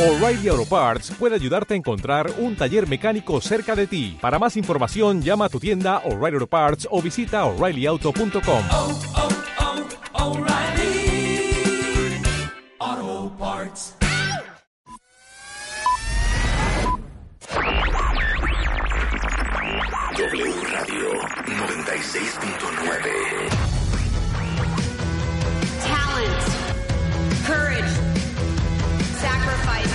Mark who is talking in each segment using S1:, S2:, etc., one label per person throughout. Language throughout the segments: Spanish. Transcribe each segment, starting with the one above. S1: O'Reilly Auto Parts puede ayudarte a encontrar un taller mecánico cerca de ti. Para más información, llama a tu tienda O'Reilly Auto Parts o visita oreillyauto.com.
S2: oh, oh, O'Reilly. Auto Parts.
S3: W Radio 96.9.
S4: talent, courage, sacrifice.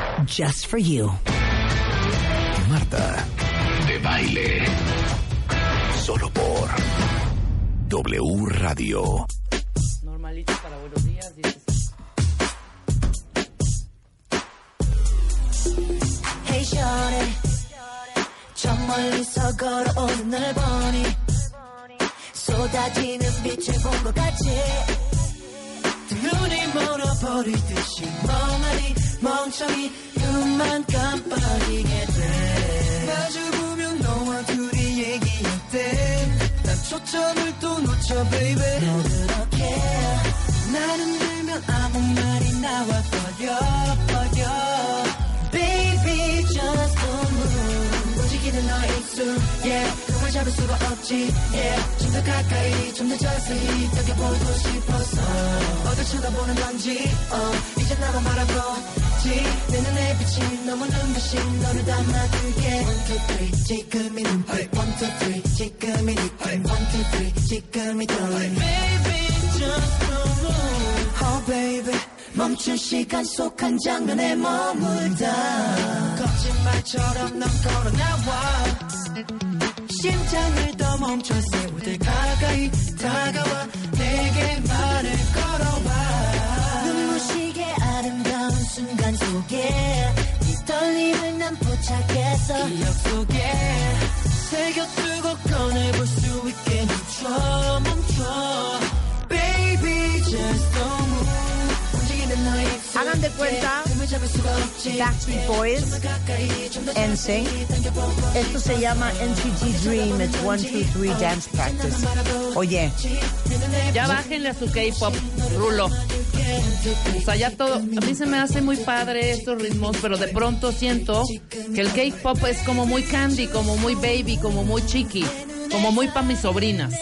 S5: it.
S6: Just for You.
S3: Marta de Baile. Solo por W Radio.
S7: Normalito para buenos días. dices,
S8: Hey shawty 저 멀리서 걸어오는 널 보니 쏟아지는 빛을 본 것 같이 두 눈이 멀어버리듯이 멍하니 멍청이 눈만 깜빡이게 돼 마주보면 너와 둘이 얘기했대 난 초점을 또 놓쳐 baby 너 그렇게 나는 들면 아무 말이 나와 버려 버려 Baby just don't move 움직이는 너의 입술 yeah 그걸 잡을 수가 없지 yeah 좀 더 가까이 좀 더 자세히 당겨보고 싶어서 어딜 쳐다보는 건지 어 이제 나만 바라보지 내 눈에 비친 너무 눈부신 너를 담아두게 one two three 지금이 눈빛 one two three 지금이 눈빛 one two three 지금이 darling Baby just don't move oh baby 멈춘 시간 속 한 장면에 머물다 거짓말처럼 넌 걸어나와 심장을 더 멈춰 세우듯 가까이 다가와 내게 말을 걸어봐 눈부시게 아름다운 순간 속에 네 떨림을 난 포착했어 기억 속에 새겨두고 꺼내볼 수 있게 멈춰 멈춰 Baby just don't move 움직이는 너의 입술
S9: Hagan de cuenta
S8: 틈을 잡을 수가 없지
S9: Backstreet Boys, NSYNC. Esto se llama NCT Dream, it's 1, 2, 3 Dance Practice. Oye,
S7: Ya bájenle a su K-pop, Rulo. O sea, ya todo. A mí se me hace muy padre estos ritmos, pero de pronto siento que el K-pop es como muy candy, como muy baby, como muy chiqui, como muy para mis sobrinas.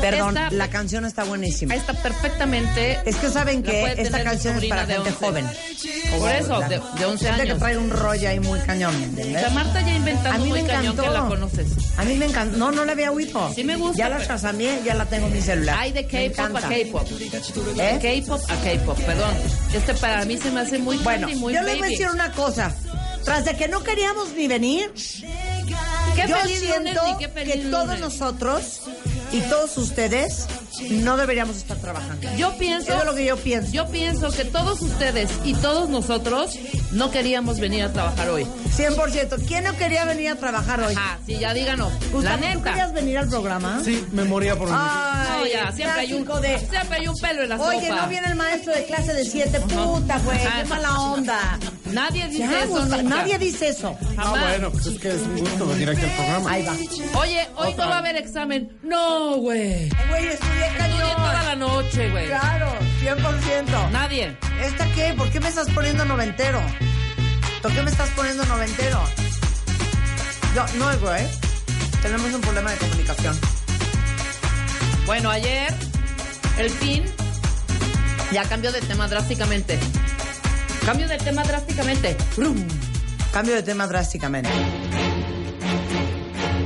S9: perdón,
S7: Esta-
S9: la canción está buenísima.
S7: Ahí está perfectamente.
S9: Es que saben
S7: La
S9: que esta
S7: puede tener mi
S9: canción es
S7: sobrina
S9: para
S7: de
S9: gente
S7: 11.
S9: joven.
S7: Por eso, de, de 11
S9: Gente que
S7: años.
S9: trae un rollo ahí muy cañón.
S7: O
S9: ¿entendés?
S7: sea, Marta ya
S9: A
S7: inventando
S9: mí me
S7: muy cañón
S9: encantó.
S7: que la conoces.
S9: A mí me encanta. No, no la había oído.
S7: Sí me gusta,
S9: Ya la
S7: pero-
S9: chasameé, ya la tengo en mi celular.
S7: Hay de
S9: Me
S7: K-pop a
S9: encanta.
S7: K-pop.
S9: ¿Eh?
S7: De K-pop a K-pop, perdón. Este para mí se me hace muy
S9: Bueno,
S7: candy, muy
S9: yo les
S7: baby.
S9: voy a decir una cosa. Tras de que no queríamos ni venir,
S7: Qué
S9: yo
S7: feliz lunes,
S9: siento
S7: ni qué feliz
S9: que todos
S7: lunes.
S9: nosotros y todos ustedes no deberíamos estar trabajando.
S7: Yo pienso.
S9: Eso es lo que yo pienso.
S7: Yo pienso que todos ustedes y todos nosotros no queríamos venir a trabajar hoy.
S9: 100%. ¿Quién no quería venir a trabajar hoy?
S7: Ah, sí, ya díganos. La
S9: Gustavo, ¿tú querías
S7: neta.
S9: venir al programa?
S10: Sí, me moría por venir.
S9: Ay,
S7: No, ya, siempre hay, un,
S9: clásico de-
S7: siempre hay un pelo en la
S9: Oye,
S7: sopa.
S9: no viene el maestro de clase de siete, puta, güey,
S7: Ajá.
S9: qué mala onda.
S7: Nadie dice
S9: Ya,
S7: eso.
S9: Gustavo,
S7: nunca.
S9: nadie dice eso.
S10: Ah,
S7: Jamás.
S10: bueno, pues es que es un gusto venir aquí al programa.
S9: Ahí va.
S7: Oye, hoy no va a haber examen. No, güey.
S9: Güey, estudié
S7: Estudié toda
S9: cañón.
S7: la noche, güey.
S9: Claro, 100%.
S7: Nadie.
S9: ¿Esta qué? ¿Por qué me estás poniendo noventero? ¿Por qué me estás poniendo noventero? Yo no oigo, ¿eh? Tenemos un problema de comunicación.
S7: Bueno, ayer el PIN ya cambió de tema drásticamente. Cambio de tema drásticamente. ¡Rum!
S9: Cambio de tema drásticamente.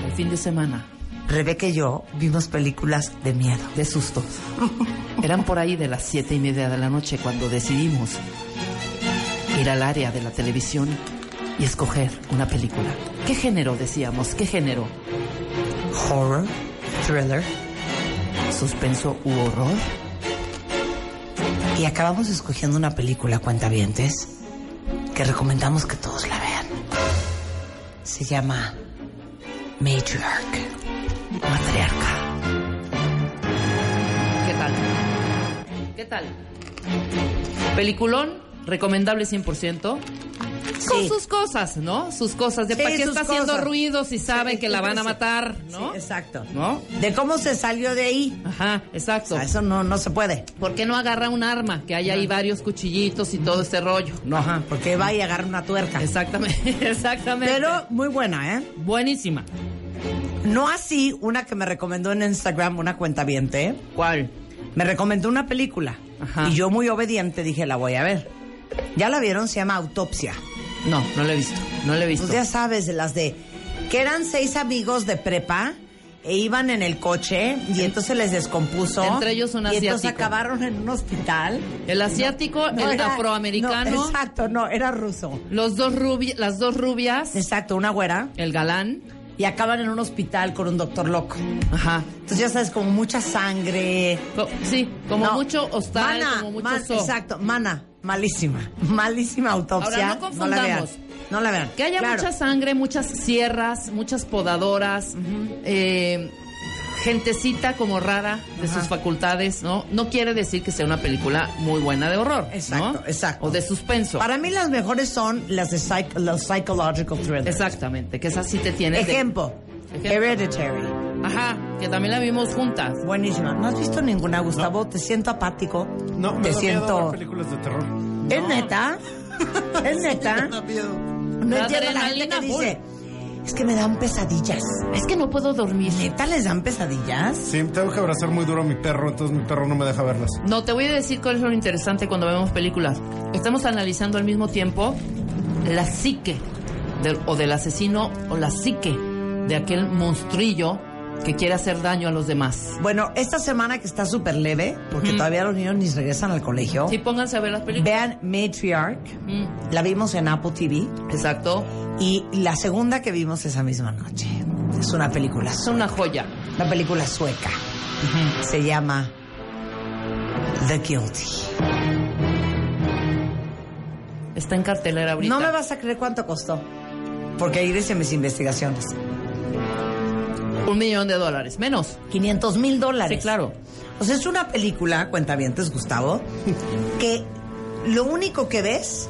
S7: El fin de semana,
S9: Rebeca y yo vimos películas de miedo.
S7: de susto. Eran por ahí de las siete y media de la noche cuando decidimos ir al área de la televisión y escoger una película. ¿Qué género decíamos? ¿Qué género?
S9: Horror, thriller.
S7: ¿Suspenso u horror?
S9: Y acabamos escogiendo una película, cuentavientes,
S11: que recomendamos que todos la vean. Se llama Matriarch, matriarca.
S7: ¿Qué tal? ¿Qué tal? Peliculón, recomendable 100%. Con sus cosas, ¿no? Sus cosas. De
S9: Sí,
S7: para qué
S9: sus
S7: está haciendo
S9: cosas.
S7: ruido si sabe
S9: Sí,
S7: que la van a matar, ¿no?
S9: Sí, exacto.
S7: ¿No?
S9: De cómo se salió de ahí.
S7: Ajá, exacto.
S9: eso no, no se puede.
S7: ¿Por qué no agarra un arma? Que hay ahí varios cuchillitos y todo ese rollo.
S9: No, ajá, porque va y agarra una tuerca.
S7: Exactamente, exactamente.
S9: Ah. Pero muy buena, ¿eh?
S7: Buenísima.
S9: No así una que me recomendó en Instagram una cuenta viente.
S7: ¿Cuál?
S9: Me recomendó una película. Y yo muy obediente dije, la voy a ver. Ya la vieron, se llama Autopsia.
S7: No, no la he visto. No la he visto.
S9: Pues ya sabes, de las de que eran seis amigos de prepa e iban en el coche y entonces les descompuso.
S7: Entre ellos un
S9: Y entonces
S7: asiático.
S9: acabaron en un hospital.
S7: El asiático, el afroamericano.
S9: no, exacto, no, era ruso.
S7: Los dos rubi- las dos rubias.
S9: Exacto, una güera.
S7: El galán.
S9: Y acaban en un hospital con un doctor loco.
S7: Ajá.
S9: Entonces ya sabes, como mucha sangre.
S7: sí, como mucho hostal,
S9: Mana,
S7: como mucho
S9: man-
S7: zoo.
S9: Exacto, mana, malísima. Malísima autopsia.
S7: Ahora, no
S9: la vean.
S7: confundamos.
S9: No la vean.
S7: Que haya
S9: Claro.
S7: mucha sangre, muchas sierras, muchas podadoras, eh, gentecita como rara de
S9: Ajá.
S7: sus facultades, ¿no? No quiere decir que sea una película muy buena de horror.
S9: Exacto,
S7: exacto. O de suspenso.
S9: Para mí las mejores son las de psych- los psychological thrillers.
S7: Exactamente, que esas sí te tienes de-
S9: Ejemplo, Hereditary.
S7: Ajá, que también la vimos juntas.
S9: Buenísima. ¿No has visto ninguna, Gustavo? Te siento apático.
S2: No, me
S9: te
S2: da miedo
S9: siento.
S2: ver películas de terror.
S9: ¿Es neta? ¿Es neta? No entiendo la
S7: La
S9: gente que
S7: adrenalina full.
S9: dice. Es que me dan pesadillas.
S7: Es que no puedo dormir.
S9: ¿Neta les dan pesadillas?
S2: Sí, tengo que abrazar muy duro a mi perro, entonces mi perro no me deja verlas.
S7: No, te voy a decir cuál es lo interesante cuando vemos películas. Estamos analizando al mismo tiempo la psique del- o del asesino o la psique de aquel monstrillo que quiere hacer daño a los demás.
S9: Bueno, esta semana que está súper leve, porque todavía los niños ni regresan al colegio.
S7: Sí, pónganse a ver las películas.
S9: Vean
S7: Mm,
S9: Matriarch. La vimos en Apple TV.
S7: Exacto.
S9: Y la segunda que vimos esa misma noche. Es una película.
S7: Es una joya.
S9: Una película sueca. Se llama The Guilty.
S7: Está en cartelera ahorita.
S9: No me vas a creer cuánto costó. Porque ahí hice mis investigaciones.
S7: Un millón de dólares. Menos.
S9: 500 mil dólares.
S7: Sí, claro.
S9: O sea, es una película, cuentavientes, Gustavo, que lo único que ves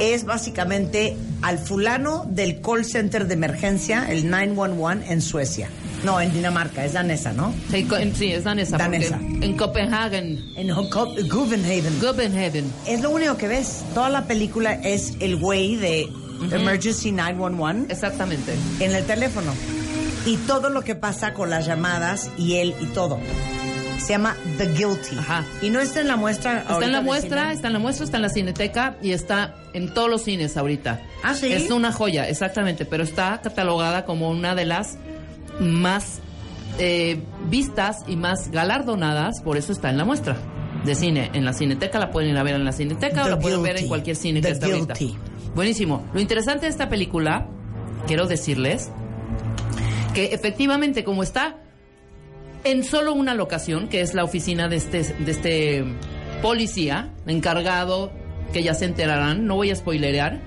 S9: es básicamente al fulano del call center de emergencia, el 911, en Suecia. No, en Dinamarca, es danesa, ¿no?
S7: Sí, co- sí, es danesa. porque
S9: Danesa.
S7: En Copenhagen.
S9: En Ho- Co- Copenhagen.
S7: Copenhagen.
S9: Es lo único que ves. Toda la película es el güey de Emergency 911
S7: Exactamente.
S9: en el teléfono. Y todo lo que pasa con las llamadas y él y todo. Se llama The Guilty. Y no está en la muestra.
S7: Está en la muestra, está en la muestra, está en la cineteca y está en todos los cines ahorita.
S9: Ah, ¿sí?
S7: Es una joya, exactamente, pero está catalogada como una de las más eh, vistas y más galardonadas, por eso está en la muestra de cine. En la cineteca la pueden ir a ver en la cineteca o
S9: The
S7: la pueden ver
S9: Guilty.
S7: en cualquier cine
S9: The
S7: que está
S9: Guilty.
S7: ahorita. Buenísimo. Lo interesante de esta película, quiero decirles, que efectivamente como está en solo una locación, que es la oficina de este, de este policía encargado, que ya se enterarán, no voy a spoilerear,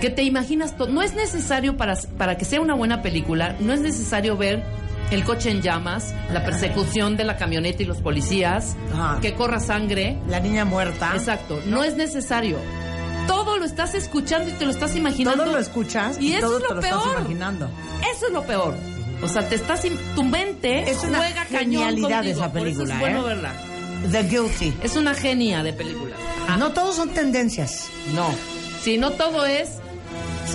S7: que te imaginas todo. No es necesario para, para que sea una buena película, no es necesario ver el coche en llamas, la persecución de la camioneta y los policías,
S9: Ajá. Ah.
S7: que corra sangre.
S9: La niña muerta.
S7: Exacto, no es necesario. Todo lo estás escuchando y te lo estás imaginando.
S9: Todo lo escuchas
S7: Y
S9: y,
S7: eso
S9: todo
S7: es lo
S9: te lo
S7: peor.
S9: estás imaginando.
S7: Eso es lo peor. O sea, te estás im- tu mente
S9: Es una
S7: juega cañón
S9: genialidad
S7: contigo.
S9: esa
S7: Por eso
S9: película,
S7: es bueno
S9: ¿eh?
S7: verla.
S9: The Guilty.
S7: Es una genia de película.
S9: No todos son tendencias.
S7: No. Si no todo es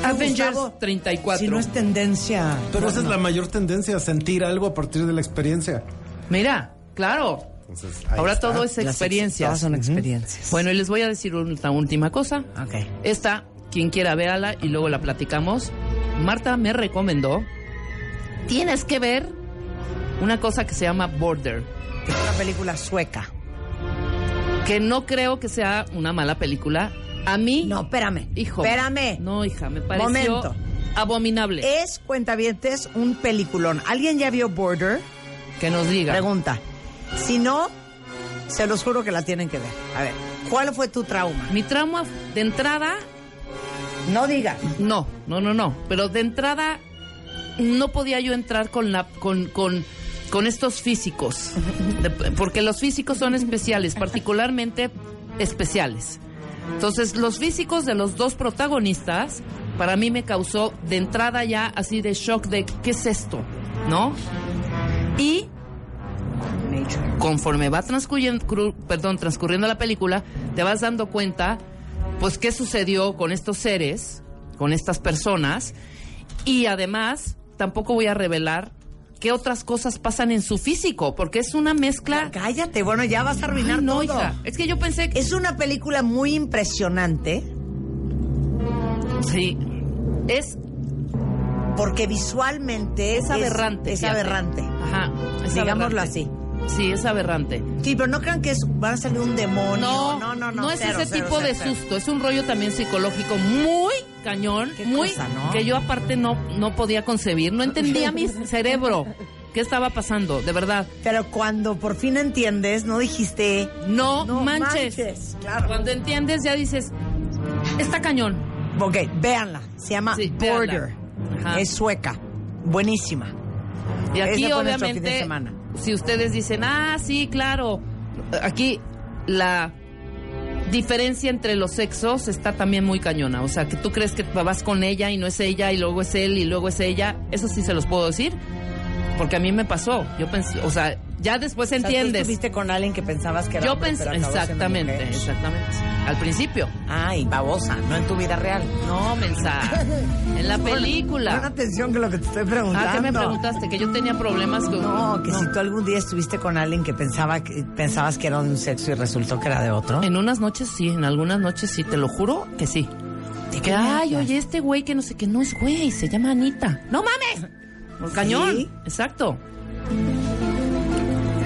S7: Avengers 34.
S9: Ah, pues, Si no es tendencia.
S2: Pero esa es la mayor tendencia, sentir algo a partir de la experiencia.
S7: Mira, claro.
S2: Entonces, ahí
S7: Ahora
S2: está.
S7: todo es
S9: Las ex-
S7: experiencia.
S9: todas son experiencias.
S7: Bueno, y les voy a decir una última cosa.
S9: Ok.
S7: Esta, quien quiera véala y luego la platicamos. Marta me recomendó. Tienes que ver una cosa que se llama Border.
S9: Es una película sueca.
S7: Que no creo que sea una mala película. A mí.
S9: No, espérame.
S7: Hijo.
S9: Espérame.
S7: No, hija, me pareció
S9: Momento. Eh,
S7: abominable.
S9: Es, cuentavientes, un peliculón. ¿Alguien ya vio Border?
S7: que nos diga.
S9: Pregunta. Si no, se los juro que la tienen que ver. A ver, ¿cuál fue tu trauma?
S7: Mi trauma de entrada
S9: No diga.
S7: No, no, no, no. Pero de entrada no podía yo entrar con la con con con estos físicos, De- porque los físicos son especiales, particularmente especiales. Entonces, los físicos de los dos protagonistas para mí me causó de entrada ya así de shock de qué es esto, ¿no? Y conforme va transcurriendo, cru- perdón, transcurriendo la película, te vas dando cuenta, pues, qué sucedió con estos seres, con estas personas, y además, tampoco voy a revelar qué otras cosas pasan en su físico, porque es una mezcla.
S9: Cállate, bueno, ya vas a arruinar
S7: no,
S9: todo.
S7: hija. Es que yo pensé que.
S9: Es una película muy impresionante.
S7: Sí. Es.
S9: Porque visualmente
S7: Es aberrante,
S9: Es,
S7: fíjate.
S9: aberrante.
S7: Ajá. es
S9: Digámoslo así.
S7: aberrante. Sí, es aberrante.
S9: Sí, pero no crean que es, van a salir un demonio. No, no, no.
S7: No es
S9: cero,
S7: ese
S9: cero,
S7: tipo
S9: cero,
S7: de
S9: cero.
S7: susto, es un rollo también psicológico muy cañón, muy
S9: cosa, ¿no?
S7: que yo aparte no no podía concebir, no entendía mi cerebro qué estaba pasando, de verdad.
S9: Pero cuando por fin entiendes, no dijiste
S7: No,
S9: No
S7: manches.
S9: manches, claro.
S7: Cuando entiendes ya dices está cañón.
S9: Ok, véanla. Se llama
S7: Sí,
S9: Border.
S7: véanla. Ajá.
S9: Es sueca. Buenísima.
S7: Y aquí
S9: Ese fue nuestro fin de
S7: obviamente
S9: semana.
S7: si ustedes dicen, "Ah, sí, claro." Aquí la diferencia entre los sexos está también muy cañona. O sea, que tú crees que vas con ella y no es ella, y luego es él, y luego es ella. Eso sí se los puedo decir. Porque a mí me pasó. Yo pensé, o sea, ya después entiendes.
S9: estuviste con alguien que pensabas que era
S7: Yo
S9: hombre,
S7: pensé,
S9: pero acabó siendo
S7: exactamente,
S9: mujer.
S7: exactamente. Al principio.
S9: Ay, babosa, no en tu vida real.
S7: No, mensaje. En la película.
S9: Pon atención con lo que te estoy preguntando.
S7: Ah, ¿qué me preguntaste? Que yo tenía problemas con.
S9: No, que si tú algún día estuviste con alguien que pensaba que pensabas que era de un sexo y resultó que era de otro.
S7: En unas noches sí, en algunas noches sí, te lo juro que sí. De que, ay, oye, este güey que no sé qué, no es güey, se llama Anita. ¡No mames! Por cañón. Exacto.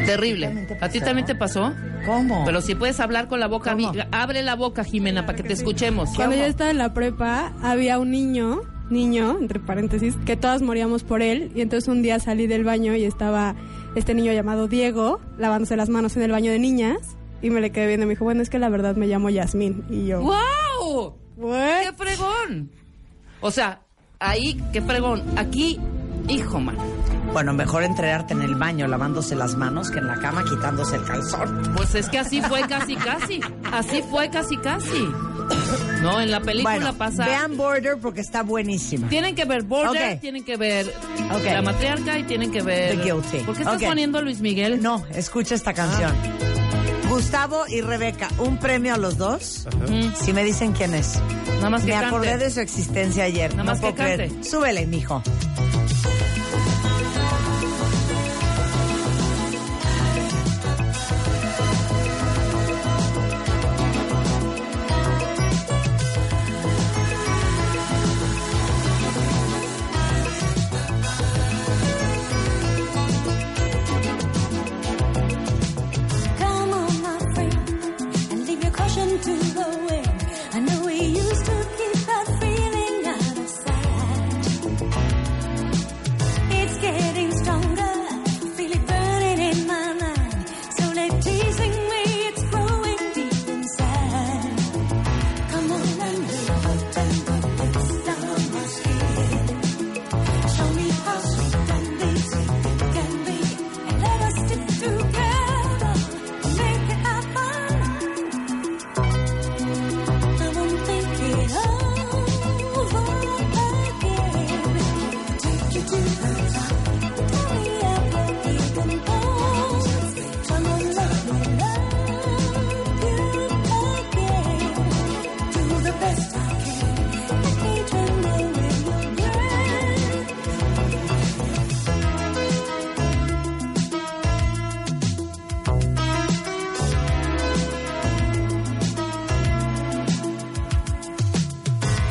S7: Terrible. ¿A ti también te pasó? Oh.
S9: ¿Cómo?
S7: Pero si puedes hablar con la boca, abri- abre la boca, Jimena, para que te escuchemos.
S12: Cuando yo estaba en la prepa, había un niño, niño, entre paréntesis, que todas moríamos por él. Y entonces un día salí del baño y estaba este niño llamado Diego lavándose las manos en el baño de niñas. Y me le quedé viendo y me dijo, bueno, es que la verdad me llamo Yasmín. Y yo,
S7: ¡Wow! ¡Qué fregón! O sea, ahí, qué fregón. Aquí, hijo, man.
S9: Bueno, mejor entrenarte en el baño lavándose las manos que en la cama quitándose el calzón.
S7: Pues es que así fue casi, casi. Así fue casi, casi. No, en la película
S9: Bueno,
S7: pasa.
S9: Vean Border porque está buenísima.
S7: Tienen que ver Border,
S9: Ok.
S7: tienen que ver
S9: Ok.
S7: La Matriarca y tienen que ver...
S9: The Guilty.
S7: ¿Por qué estás
S9: Ok.
S7: poniendo a Luis Miguel?
S9: No, escucha esta canción.
S7: Ah.
S9: Gustavo y Rebeca, un premio a los dos.
S7: Ujú.
S9: Si me dicen quién es.
S7: Nada más que
S9: Me
S7: cante.
S9: acordé de su existencia ayer.
S7: Nada
S9: no
S7: más que
S9: puedo creer.
S7: cante.
S9: Súbele, mijo.
S8: Come on, my friend, and leave your caution to the wind. I know we used to keep that feeling out of sight. It's getting stronger, feel it burning in my mind. Slowly teasing me, it's growing deep inside. Come on and open the lips down my skin. Show me how sweet and this can be, and let us stick together. Make it happen. I won't think it over again. Take you to the top. Tell me I won't even pause. Come on, let me love you again. Do the best I can. Let me tremble in your breath.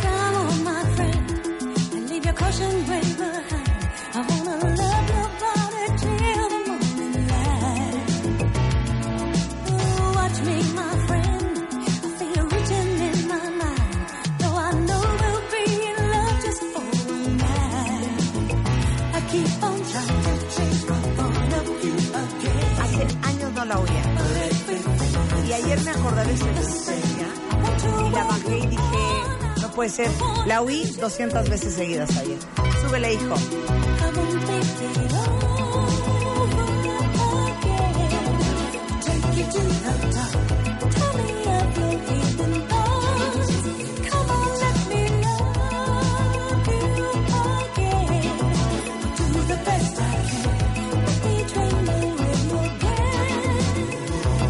S8: Come on, my friend, and leave your caution way behind. I wanna love your body till the morning light. Ooh, watch me, my friend. I feel you reaching in my mind. Though I know we'll be in love just for a night. I keep on trying to change my thought of you again.
S9: Hace años no la oía. Y ayer me acordé de su existencia. Y la bajé y dije, no puede ser. La oí 200 veces seguidas ayer. Súbele, hijo.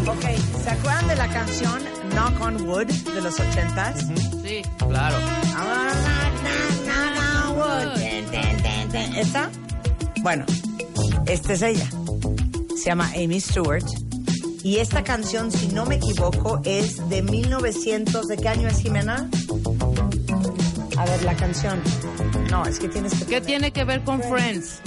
S9: Ok, ¿se acuerdan de la canción Knock on Wood de los 80s?
S7: Sí, claro.
S9: ¿Esta? Bueno, esta es ella. Se llama Amy Stewart. Y esta canción, si no me equivoco, es de 1900. ¿De qué año es Jimena? A ver, la canción. No, es que tienes que...
S7: ¿Qué tiene que ver con Friends?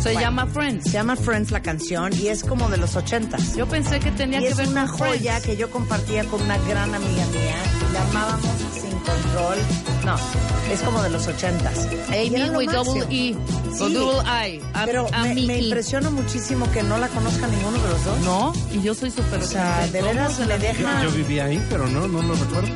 S7: Se llama Friends.
S9: Se llama Friends la canción y es como de los 80.
S7: Yo pensé que tenía
S9: y
S7: que
S9: es
S7: ver
S9: una
S7: con Friends.
S9: joya que yo compartía con una gran amiga mía. La amábamos sin control. No, es como de los 80.
S7: Amy with double E, con double I, am-
S9: Pero me, me
S7: amiki.
S9: impresiona muchísimo que no la conozca ninguno de los dos.
S7: No, y yo soy súper.
S9: O sea, de veras le deja.
S2: Yo vivía ahí, pero no, no lo recuerdo.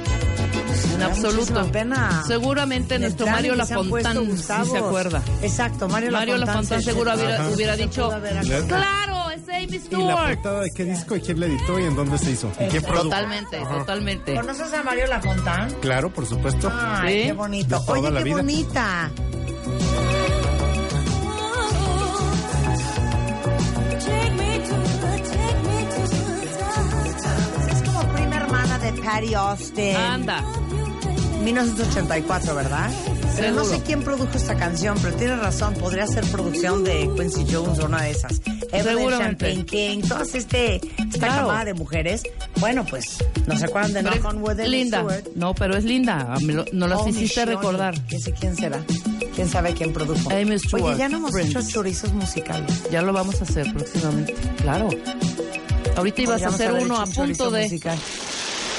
S7: En
S9: da
S7: absoluto.
S9: muchísima pena.
S7: Seguramente nuestro Mario
S9: La
S7: Lafontán sí se acuerda.
S9: Exacto, Mario,
S7: Mario Lafontán seguro hubiera-
S2: Ajá.
S7: hubiera dicho,
S2: Neta.
S7: claro, es Amy
S2: ¿Y la
S7: Stewart.
S2: portada de qué disco y quién la editó y en dónde se hizo? ¿Y qué produjo?
S7: Totalmente,
S2: Ajá.
S7: totalmente.
S9: ¿Conoces a Mario Lafontán?
S2: Claro, por supuesto.
S9: Ay, qué bonito.
S2: De toda
S9: Oye,
S2: la
S9: qué
S2: vida.
S9: bonita. Es como prima hermana de Patty Austin.
S7: Anda.
S9: 1984, ¿verdad? Pero no
S7: Seguro.
S9: sé quién produjo esta canción, pero tienes razón, podría ser producción de Quincy Jones o una de esas. Evelyn
S7: Seguramente.
S9: Champagne King, todas este, esta
S7: Claro.
S9: camada de mujeres. Bueno, pues, no se acuerdan de
S7: Pero
S9: Knock on Wood eh? de Lee
S7: Linda.
S9: Stewart.
S7: No, pero es linda. Ah, Me lo- No las
S9: Oh, mi
S7: hiciste
S9: Shoni.
S7: recordar.
S9: Ese quién será. ¿Quién sabe quién produjo?
S7: Amy Stewart.
S9: Oye, ya no hemos
S7: Friends.
S9: hecho chorizos musicales.
S7: Ya lo vamos a hacer próximamente. Claro. Ahorita ibas a
S9: Podríamos
S7: hacer
S9: haber
S7: uno
S9: hecho
S7: a
S9: un
S7: punto
S9: chorizo
S7: de.
S9: musical.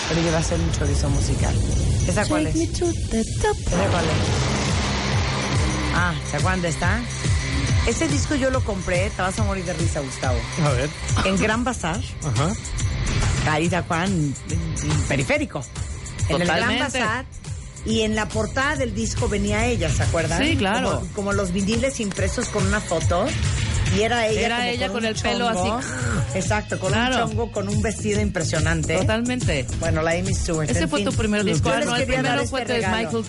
S9: Pero lleva a ser un chorizo musical. ¿Esa cuál es? ¿Esa cuál es? Ah, ¿se acuerdan de esta? Este disco yo lo compré, te vas a morir de risa, Gustavo.
S2: A ver.
S9: En Gran Bazar,
S2: Ajá.
S9: ahí te acuerdan, en- en periférico. En el Gran
S7: Totalmente.
S9: Bazar. Y en la portada del disco venía ella, ¿se acuerdan?
S7: Sí, claro.
S9: Como, como los viniles impresos con una foto. Y era ella,
S7: Era
S9: como
S7: ella con
S9: un
S7: el pelo
S9: chongo.
S7: así.
S9: Exacto, con
S7: Claro.
S9: un chongo, con un vestido impresionante.
S7: Totalmente.
S9: Bueno, la Amy Stewart.
S7: Ese
S9: en
S7: fue
S9: fin.
S7: tu primer
S9: Yo
S7: disco. Ah,
S9: les
S7: no, el
S9: quería dar
S7: primero
S9: este
S7: fue de
S9: regalo.
S7: Michael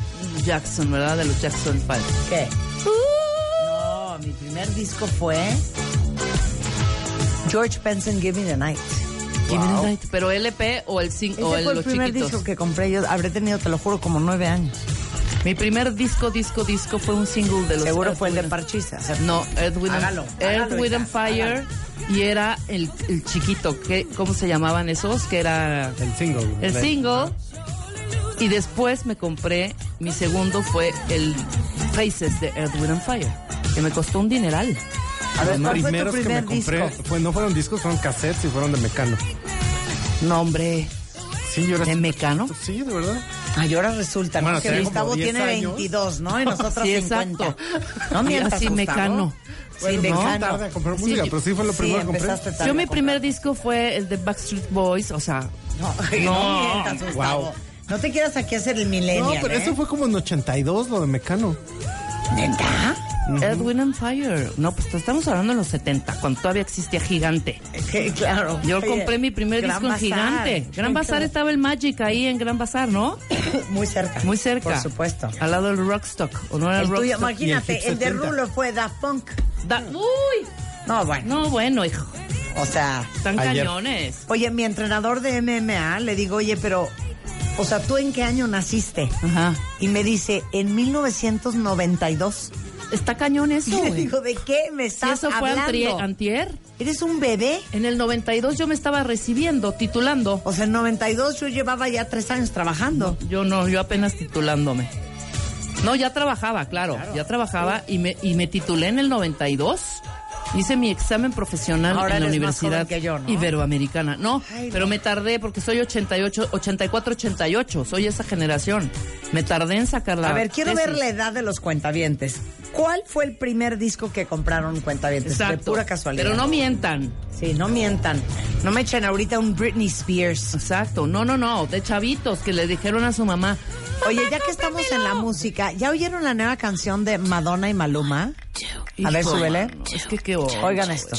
S7: Jackson, ¿verdad? De los Jackson Five.
S9: ¿Qué?
S7: Uh.
S9: No, mi primer disco fue George Benson Give Me the Night.
S7: Give me the night. Pero LP o el, cin-
S9: Ese
S7: o
S9: fue
S7: el-
S9: el
S7: los
S9: primer
S7: chiquitos.
S9: disco que compré. Yo habré tenido, te lo juro, como nueve años.
S7: Mi primer disco, disco, disco fue un single de los
S9: Seguro
S7: Earth,
S9: fue el
S7: Wind
S9: de Parchisa.
S7: and- No, Em, Earth, Wind and-
S9: Hágalo,
S7: Earth,
S9: hágalo,
S7: Wind
S9: hija,
S7: and Em Fire. Y era el, el chiquito. ¿qué, ¿Cómo se llamaban esos? Que era.
S2: El single.
S7: el
S2: La-
S7: single y después me compré mi segundo fue el Faces de Earth, Wind and Fire que me costó un dineral
S9: A ver,
S2: Los
S9: ¿cuál fue tu
S2: primeros que me
S9: primer
S2: compré
S9: disco?
S2: fue- no fueron discos, fueron cassettes y fueron de Mecano.
S7: no hombre
S2: Sí, yo era.
S7: de Mecano
S2: Sí, de verdad.
S9: Ay, ahora resulta
S2: Bueno,
S9: ¿no? que
S2: tenía como
S9: Gustavo
S2: 10
S9: tiene
S2: años.
S9: 22, ¿no? Y nosotros
S7: Sí,
S9: 50.
S7: exacto.
S9: No
S7: Y
S9: mientas,
S7: así
S9: Gustavo.
S7: Mecano.
S9: Sí,
S2: Bueno, no,
S9: Mecano.
S2: tarde a comprar música,
S7: yo-
S2: pero sí fue lo
S9: sí,
S2: primero que compré.
S9: empezaste tarde
S7: yo
S9: a
S7: mi
S9: comprar.
S7: primer disco fue el de Backstreet Boys o sea
S9: No, no mientas, Gustavo.
S2: Wow.
S9: No te quieras aquí hacer el ¿eh? milenio.
S2: No, pero eso fue como en 82 lo de Mecano.
S7: Earth, Wind and Em Fire no pues te estamos hablando de los 70 cuando todavía existía Gigante
S9: Que, claro.
S7: yo
S9: Oye,
S7: compré mi primer
S9: Gran
S7: disco en
S9: Bazar.
S7: Gigante Gran
S9: Ay,
S7: Bazar
S9: claro.
S7: estaba el Magic ahí en Gran Bazar ¿no?
S9: muy cerca.
S7: muy cerca
S9: Por supuesto.
S7: al lado del Rockstock o no era
S9: El tuyo,
S7: Rockstock
S2: Y el
S9: imagínate,
S2: Hit
S9: el de
S2: 70.
S9: Rulo fue Da Funk.
S7: Da- uy
S9: No, bueno.
S7: no bueno hijo
S9: O sea,
S7: están
S2: Ayer.
S7: cañones
S9: oye, mi entrenador de MMA le digo, oye, pero, o sea, ¿tú en qué año naciste?
S7: Ajá.
S9: Y me dice, en 1992.
S7: Está cañón eso,
S9: Y le
S7: güey.
S9: digo, ¿de qué me
S7: Si
S9: estás
S7: eso fue antrie-
S9: hablando?
S7: antier.
S9: ¿Eres un bebé?
S7: En el 92 yo me estaba recibiendo, titulando.
S9: O sea, en 92 yo llevaba ya tres años trabajando.
S7: Yo no, yo apenas titulándome. No, ya trabajaba, claro, ya trabajaba y me, y me titulé en el 92. Hice mi examen profesional
S9: Ahora
S7: en la
S9: eres más joven
S7: Universidad
S9: que yo, ¿no?
S7: Iberoamericana. No,
S9: Ay,
S7: pero
S9: no.
S7: me tardé porque soy 88, 84, 88, soy esa generación. Me tardé en sacar la
S9: A ver, quiero
S7: tesis.
S9: ver la edad de los cuentavientes. ¿Cuál fue el primer disco que compraron cuentavientes? De
S7: Exacto.
S9: pura casualidad.
S7: Pero no mientan.
S9: Sí, no mientan. No me echen ahorita un Britney Spears.
S7: Exacto, no, no, no, de chavitos que le dijeron a su mamá.
S9: Oye, ya que estamos en la música, ¿ya oyeron la nueva canción de Madonna y Maluma? A ver,
S7: Híjole,
S9: súbele.
S7: no, Es que qué
S9: Oigan esto.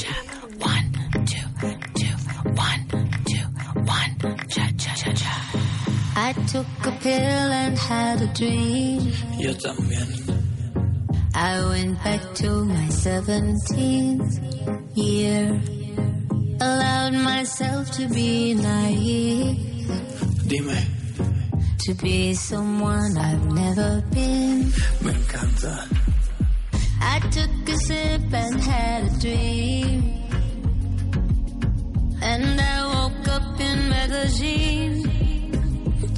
S8: I took a pill and had a dream.
S13: Yo también.
S8: I went back to my 17th year. Allowed myself to be naive,
S13: Dime,
S8: to be someone I've never been.
S13: me encanta.
S8: I took a sip and had a dream. And I woke up in Medellin.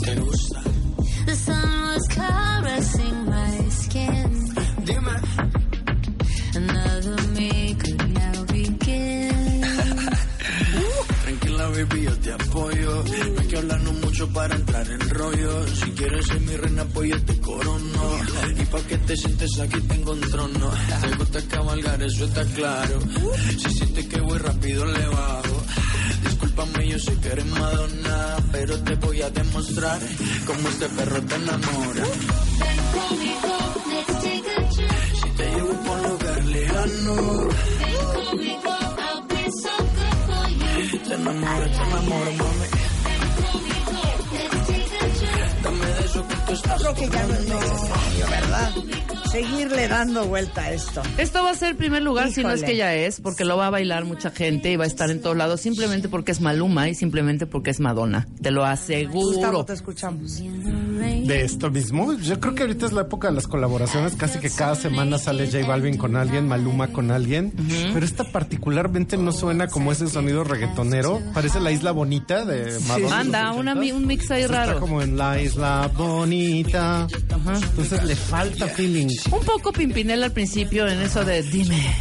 S13: Te gusta.
S8: The sun was caressing my skin. Another me could now begin.
S13: Tranquila, baby, yo te apoyo. No hay que hablarnos mucho para entrar en rollo. Si quieres ser mi reina, pues yo te corono. Y pa' que te sientes aquí, tengo un trono. Te gusta cabalgar, eso está claro. Si sientes que voy rápido, le bajo. Discúlpame, yo sé que eres Madonna. Pero te voy a demostrar cómo este perro te enamora.
S8: Ven conmigo, let's take a trip.
S13: Si te llevo por un lugar lejano,
S8: Ven conmigo, I'll be so good for you.
S13: te enamoro, te enamoro, mami.
S8: Ven conmigo, let's take a trip.
S13: Dame de eso que tú estás
S9: Creo que ya no es necesario, ¿verdad? Seguirle dando vuelta a esto.
S7: Esto va a ser primer lugar si no es
S9: Híjole.
S7: que ya es, porque lo va a bailar mucha gente y va a estar en todos lados simplemente porque es Maluma y simplemente porque es Madonna. Te lo aseguro.
S9: Gustavo, te escuchamos.
S2: De esto mismo, yo creo que ahorita es la época de las colaboraciones, casi que cada semana sale J Balvin con alguien, Maluma con alguien, pero esta particularmente no suena como ese sonido reggaetonero, parece la isla bonita de Madonna.
S7: Anda, una mi- un mix ahí
S2: Está
S7: raro.
S2: como en la isla bonita, entonces le falta feeling.
S7: Un poco Pimpinela al principio en eso de dime.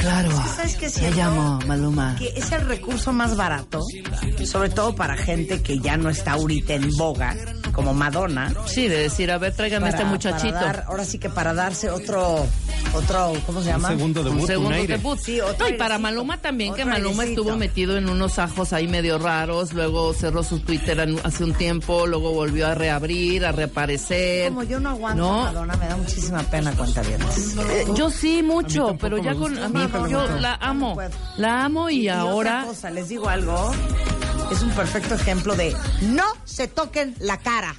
S7: Claro.
S9: ¿Sabes qué
S7: Me
S9: siento?
S7: llamo Maluma.
S9: Que es el recurso más barato, sobre todo para gente que ya no está ahorita en boga, como Madonna.
S7: Sí, de decir, a ver, tráigame a este
S9: para-
S7: muchachito.
S9: para dar- ahora sí que para darse otro, otro, ¿cómo se llama?
S7: Un segundo debut.
S9: Sí, otro
S7: No, y para
S9: airecito.
S7: Maluma también, que
S9: Otro
S7: Maluma
S9: airecito.
S7: estuvo metido en unos ajos ahí medio raros, luego cerró su Twitter en- hace un tiempo, luego volvió a reabrir, a reaparecer.
S9: Como yo no aguanto
S7: No.
S9: a Madonna, me da muchísima pena cuenta bien.
S7: Eh, yo sí
S9: A
S7: mucho,
S9: mí tampoco
S7: pero ya
S9: me
S7: con
S9: gusta.
S7: a mí,
S9: Nunca lo
S7: yo
S9: aguanté.
S7: la amo, la amo y, ahora
S9: otra cosa, les digo algo, es un perfecto ejemplo de no se toquen la cara.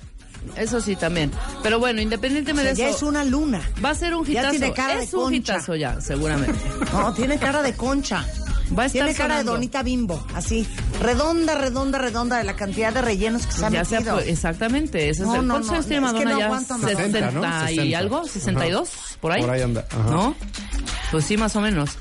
S7: eso sí también. Pero bueno,
S9: O sea,
S7: independientemente
S9: ya
S7: de
S9: es
S7: eso,
S9: una luna.
S7: va a ser un
S9: Ya
S7: hitazo.
S9: tiene cara
S7: es
S9: de
S7: un
S9: concha.
S7: hitazo ya, seguramente.
S9: No, tiene cara de concha.
S7: Va a estar
S9: tiene cara
S7: sonando.
S9: de donita bimbo, así. Redonda, redonda, redonda de la cantidad de rellenos que se ha
S7: Pues Ya se
S9: metido.
S7: apo- exactamente, ese
S9: No,
S7: es el
S9: no,
S7: ¿cuántos
S9: no,
S7: años tiene
S9: es que
S7: Madonna
S9: no
S7: ya?
S9: aguanto a Madonna.
S7: 60
S2: ¿no?
S7: y
S2: 60.
S7: algo, 62, por ahí.
S2: Por ahí anda, ajá.
S7: ¿No? Pues sí, más o menos.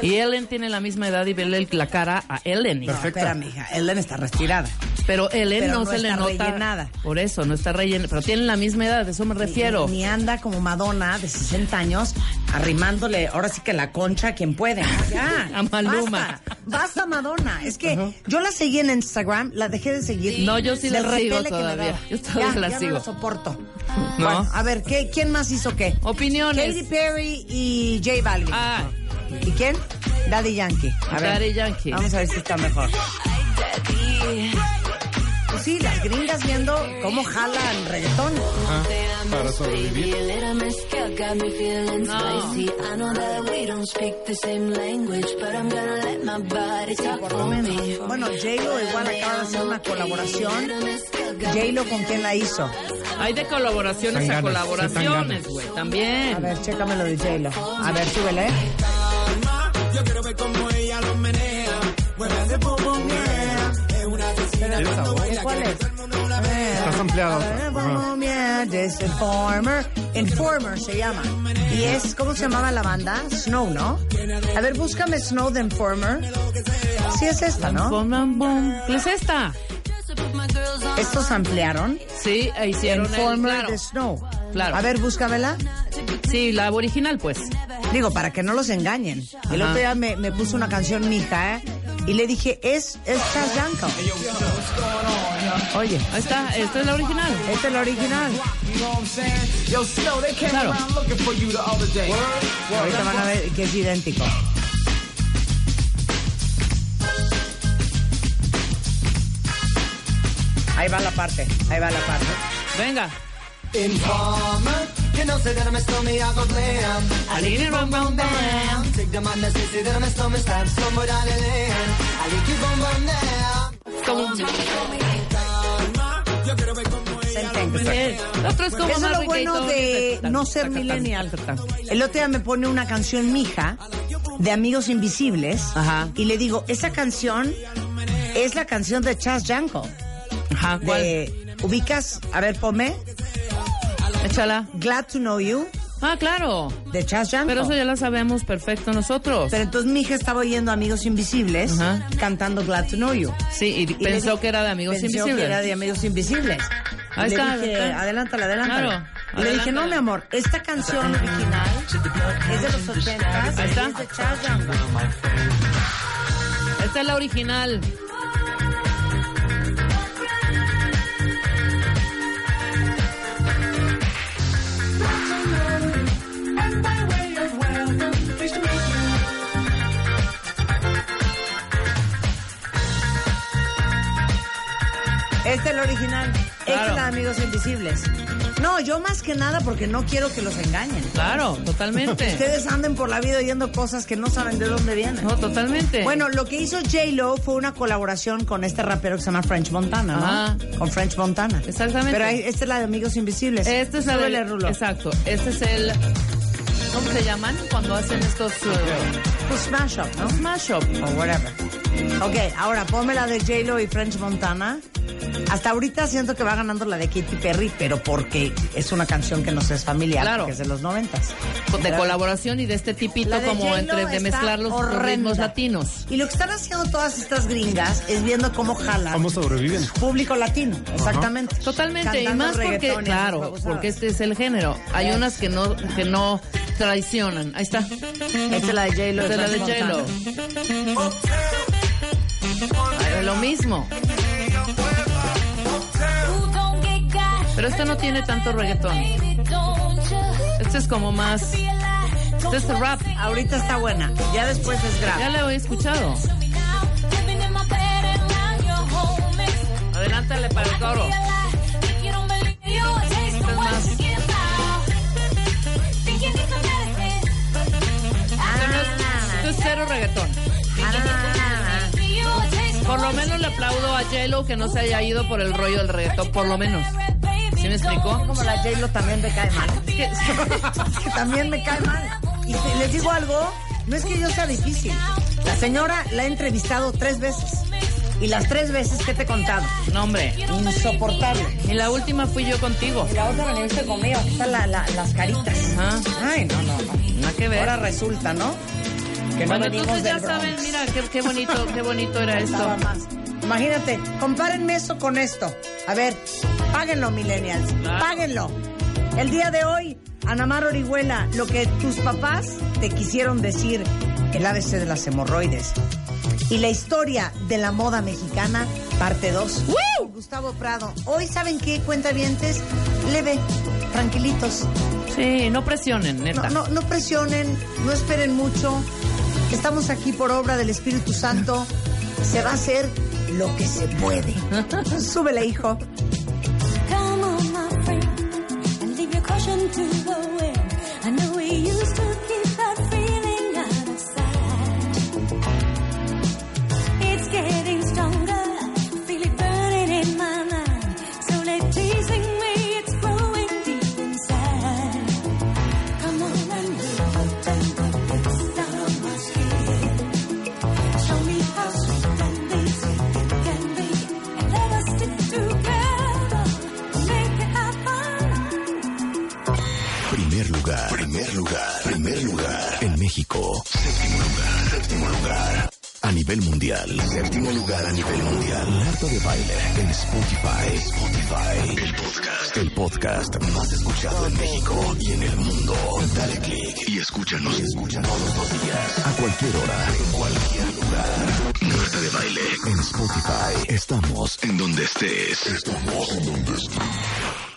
S7: Y Ellen tiene la misma edad y vele el- la cara a Ellen. hija.
S2: Perfecto.
S9: Espérame, hija, Ellen está respirada.
S7: Pero Ellen
S9: Pero
S7: no,
S9: no
S7: se le
S9: está
S7: nota.
S9: rellenada.
S7: Por eso, no está rellenada. Pero tienen la misma edad, de eso me refiero.
S9: Ni anda como Madonna de 60 años arrimándole ahora sí que la concha a quien puede. Ya.
S7: A Maluma.
S9: Basta, basta, Madonna. Es que yo la seguí en Instagram, la dejé de seguir.
S7: No, yo sí la
S9: Del repele
S7: sigo
S9: que me
S7: todavía.
S9: daba.
S7: Yo todavía
S9: Ya,
S7: la
S9: ya
S7: sigo.
S9: No la soporto.
S7: ¿No?
S9: Bueno, a ver, ¿qué, ¿quién más hizo qué?
S7: Opiniones.
S9: Katy Perry y J Balvin.
S7: Ah,
S9: ¿Y quién? Daddy Yankee. A ver.
S7: Daddy Yankee.
S9: Vamos a ver si está mejor. Pues sí, las gringas viendo cómo jalan reggaetón.
S2: Ajá, para sobrevivir.
S8: Little mezcal got me feeling spicy. I know that we don't speak the same language, but I'm gonna let my body talk for me.
S9: Bueno, J-Lo igual acaba de hacer una colaboración. J-Lo con quién la hizo.
S7: hay de colaboraciones a
S2: Tanganas,
S7: colaboraciones,
S2: tanganas.
S7: güey.
S9: A
S7: También.
S9: ver, chécame lo de J-Lo. A ver, súbele.
S13: Yo quiero ver cómo ella lo menea. Mueve ese pum pum, yeah. Es una asesina
S2: Tiene
S13: cuando
S2: sabor.
S13: baila.
S9: ¿Cuál
S13: quiere
S9: es?
S13: que todo el mundo la vea.
S2: Estás ampliado. Ajá.
S9: Informer. Informer se llama. Y es, ¿cómo se llamaba la banda? Snow, ¿no? A ver, búscame Snow de Informer. Sí es esta, ¿no?
S7: Bom, bom, bom. Pues esta.
S9: Estos ampliaron.
S7: Sí, e hicieron el-
S9: Informer
S7: claro.
S9: de Snow.
S7: Claro.
S9: A ver, búscamela.
S7: Sí, la original, pues.
S9: Digo, para que no los engañen. El
S7: Ajá.
S9: otro día me, me puso una canción mi hija, ¿eh? Y le dije, es, es Chas Yanko. Oye,
S7: Ahí está, esta es la original.
S9: esta es la original.
S7: Claro.
S9: Ahorita van a ver que es idéntico. Ahí va la parte, ahí va la parte.
S7: Venga.
S14: Informer, you know, say that I'm a stormy, I go glam. I leave it rum, rum, bam. Take the man that says say that I'm a stormy, stab somewhere down the lane. I leave you bum, bum,
S7: El otro es como
S9: Eso
S7: más
S9: es lo
S7: reggaetón,
S9: bueno de no ser millennial.
S7: El
S9: otro día me pone una canción mija de Amigos Invisibles y le digo, esa canción es la canción de Chas Janko.
S7: Ajá,
S9: De, ubicas, a ver, ponme.
S7: Échala.
S9: Glad to know you.
S7: Ah, claro.
S9: De Chas Janko.
S7: Pero eso ya lo sabemos perfecto nosotros.
S9: Pero entonces mi hija estaba oyendo Amigos Invisibles cantando Glad to Know You.
S7: Sí, y,
S9: le
S7: pensó
S9: dije-
S7: que era de Amigos
S9: pensó
S7: Invisibles.
S9: que era de Amigos Invisibles.
S7: Ahí
S9: Y le
S7: está,
S9: dije,
S7: está.
S9: adelántala, adelántala.
S7: Claro,
S9: Y le dije, no,
S7: adelántala.
S9: mi amor, esta canción original es de los 80
S7: Ahí está.
S9: es de Chas Janko.
S7: Esta es la original.
S9: Este es el original. Esta es la de Amigos Invisibles. No, yo más que nada porque no quiero que los engañen.
S7: Claro, totalmente.
S9: Ustedes anden por la vida oyendo cosas que no saben de dónde vienen.
S7: No, totalmente.
S9: Bueno, lo que hizo J-Lo fue una colaboración con este rapero que se llama French Montana, ¿no?
S7: Ajá.
S9: Con French Montana.
S7: Ah. Exactamente.
S9: Pero ahí- esta es la de Amigos Invisibles.
S7: Este es la
S9: Súbele,
S7: del-
S9: Rulo.
S7: Exacto. Este es el. ¿Cómo se llaman cuando hacen estos. eh,
S9: Un smash up, ¿no?
S7: Smash up.
S9: O whatever. Ok, ahora ponme la de J-Lo y French Montana. Hasta ahorita siento que va ganando la de Katy Perry, pero porque es una canción que nos es familiar,
S7: Claro.
S9: que es de los noventas.
S7: De colaboración y de este tipito
S9: La de
S7: como
S9: J-Lo
S7: entre de
S9: está
S7: mezclar los
S9: horrenda.
S7: ritmos latinos.
S9: Y lo que están haciendo todas estas gringas es viendo cómo jalan.
S2: ¿Cómo sobreviven?
S9: Público latino, exactamente.
S7: Totalmente, y
S9: Cantando
S7: más porque,
S9: reggaetón y esas
S7: claro,
S9: babosadas.
S7: porque este es el género. Hay
S9: Yes.
S7: unas que no, que no traicionan. Ahí está.
S9: Esta es la de J-Lo.
S7: Esta es la de
S9: French
S7: J-Lo.
S9: Montana.
S7: Ay, Lo mismo. Pero esto no tiene tanto reggaetón. Este es como más. Este es rap.
S9: Ahorita está buena. Ya después es grave.
S7: Ya la he escuchado. Adelántale para el coro. Esto es cero reggaetón. Ah. Por lo menos le aplaudo a J-Lo que no se haya ido por el rollo del reggaetón, por lo menos. ¿Sí me explicó?
S9: Como la J-Lo también me cae mal. que también me cae mal. Y te- les digo algo, no es que yo sea difícil. La señora la he entrevistado tres veces. Y las tres veces que te he contado.
S7: No, hombre.
S9: Insoportable.
S7: Y la última fui yo contigo.
S9: Y la otra veniste conmigo. Aquí están la- la- las caritas. Ay, no, no, no.
S7: Nada que Ah. ver.
S9: Ahora resulta, ¿no? Que no
S7: bueno,
S9: venimos
S7: entonces ya
S9: del Bronx.
S7: saben, mira, qué, qué bonito, qué bonito era esto.
S9: Faltaba más. Imagínate, compárenme eso con esto. A ver, páguenlo, millennials, páguenlo. El día de hoy, Anamar Orihuela, lo que tus papás te quisieron decir, el ABC de las hemorroides. Y la historia de la moda mexicana, parte 2. Gustavo Prado. Hoy, ¿saben qué? Cuentavientes, leve, tranquilitos.
S7: Sí, no presionen, neta.
S9: No, no, no presionen, no esperen mucho. Estamos aquí por obra del Espíritu Santo. Se va a hacer lo que se puede. Súbele, hijo.
S8: Come on, my friend, and leave your caution to the wind. I know we used to keep that feeling out of sight. It's getting stronger, feel it burning in my mind. Slowly teasing me, it's growing deep inside. Come on and move, down on my skin. Show me how sweet and easy it can be, and let us stick together. Make it happen.
S3: Primer lugar. Primer lugar. Primer lugar. En México. Séptimo lugar. Séptimo lugar. A nivel mundial. Séptimo lugar a nivel mundial. Marta de baile en Spotify. Spotify. El podcast. El podcast más escuchado en México y en el mundo. Dale click y escúchanos. Escúchanos todos los días. A cualquier hora. En cualquier lugar. Marta de baile en Spotify. Estamos en donde estés. Estamos en donde estés.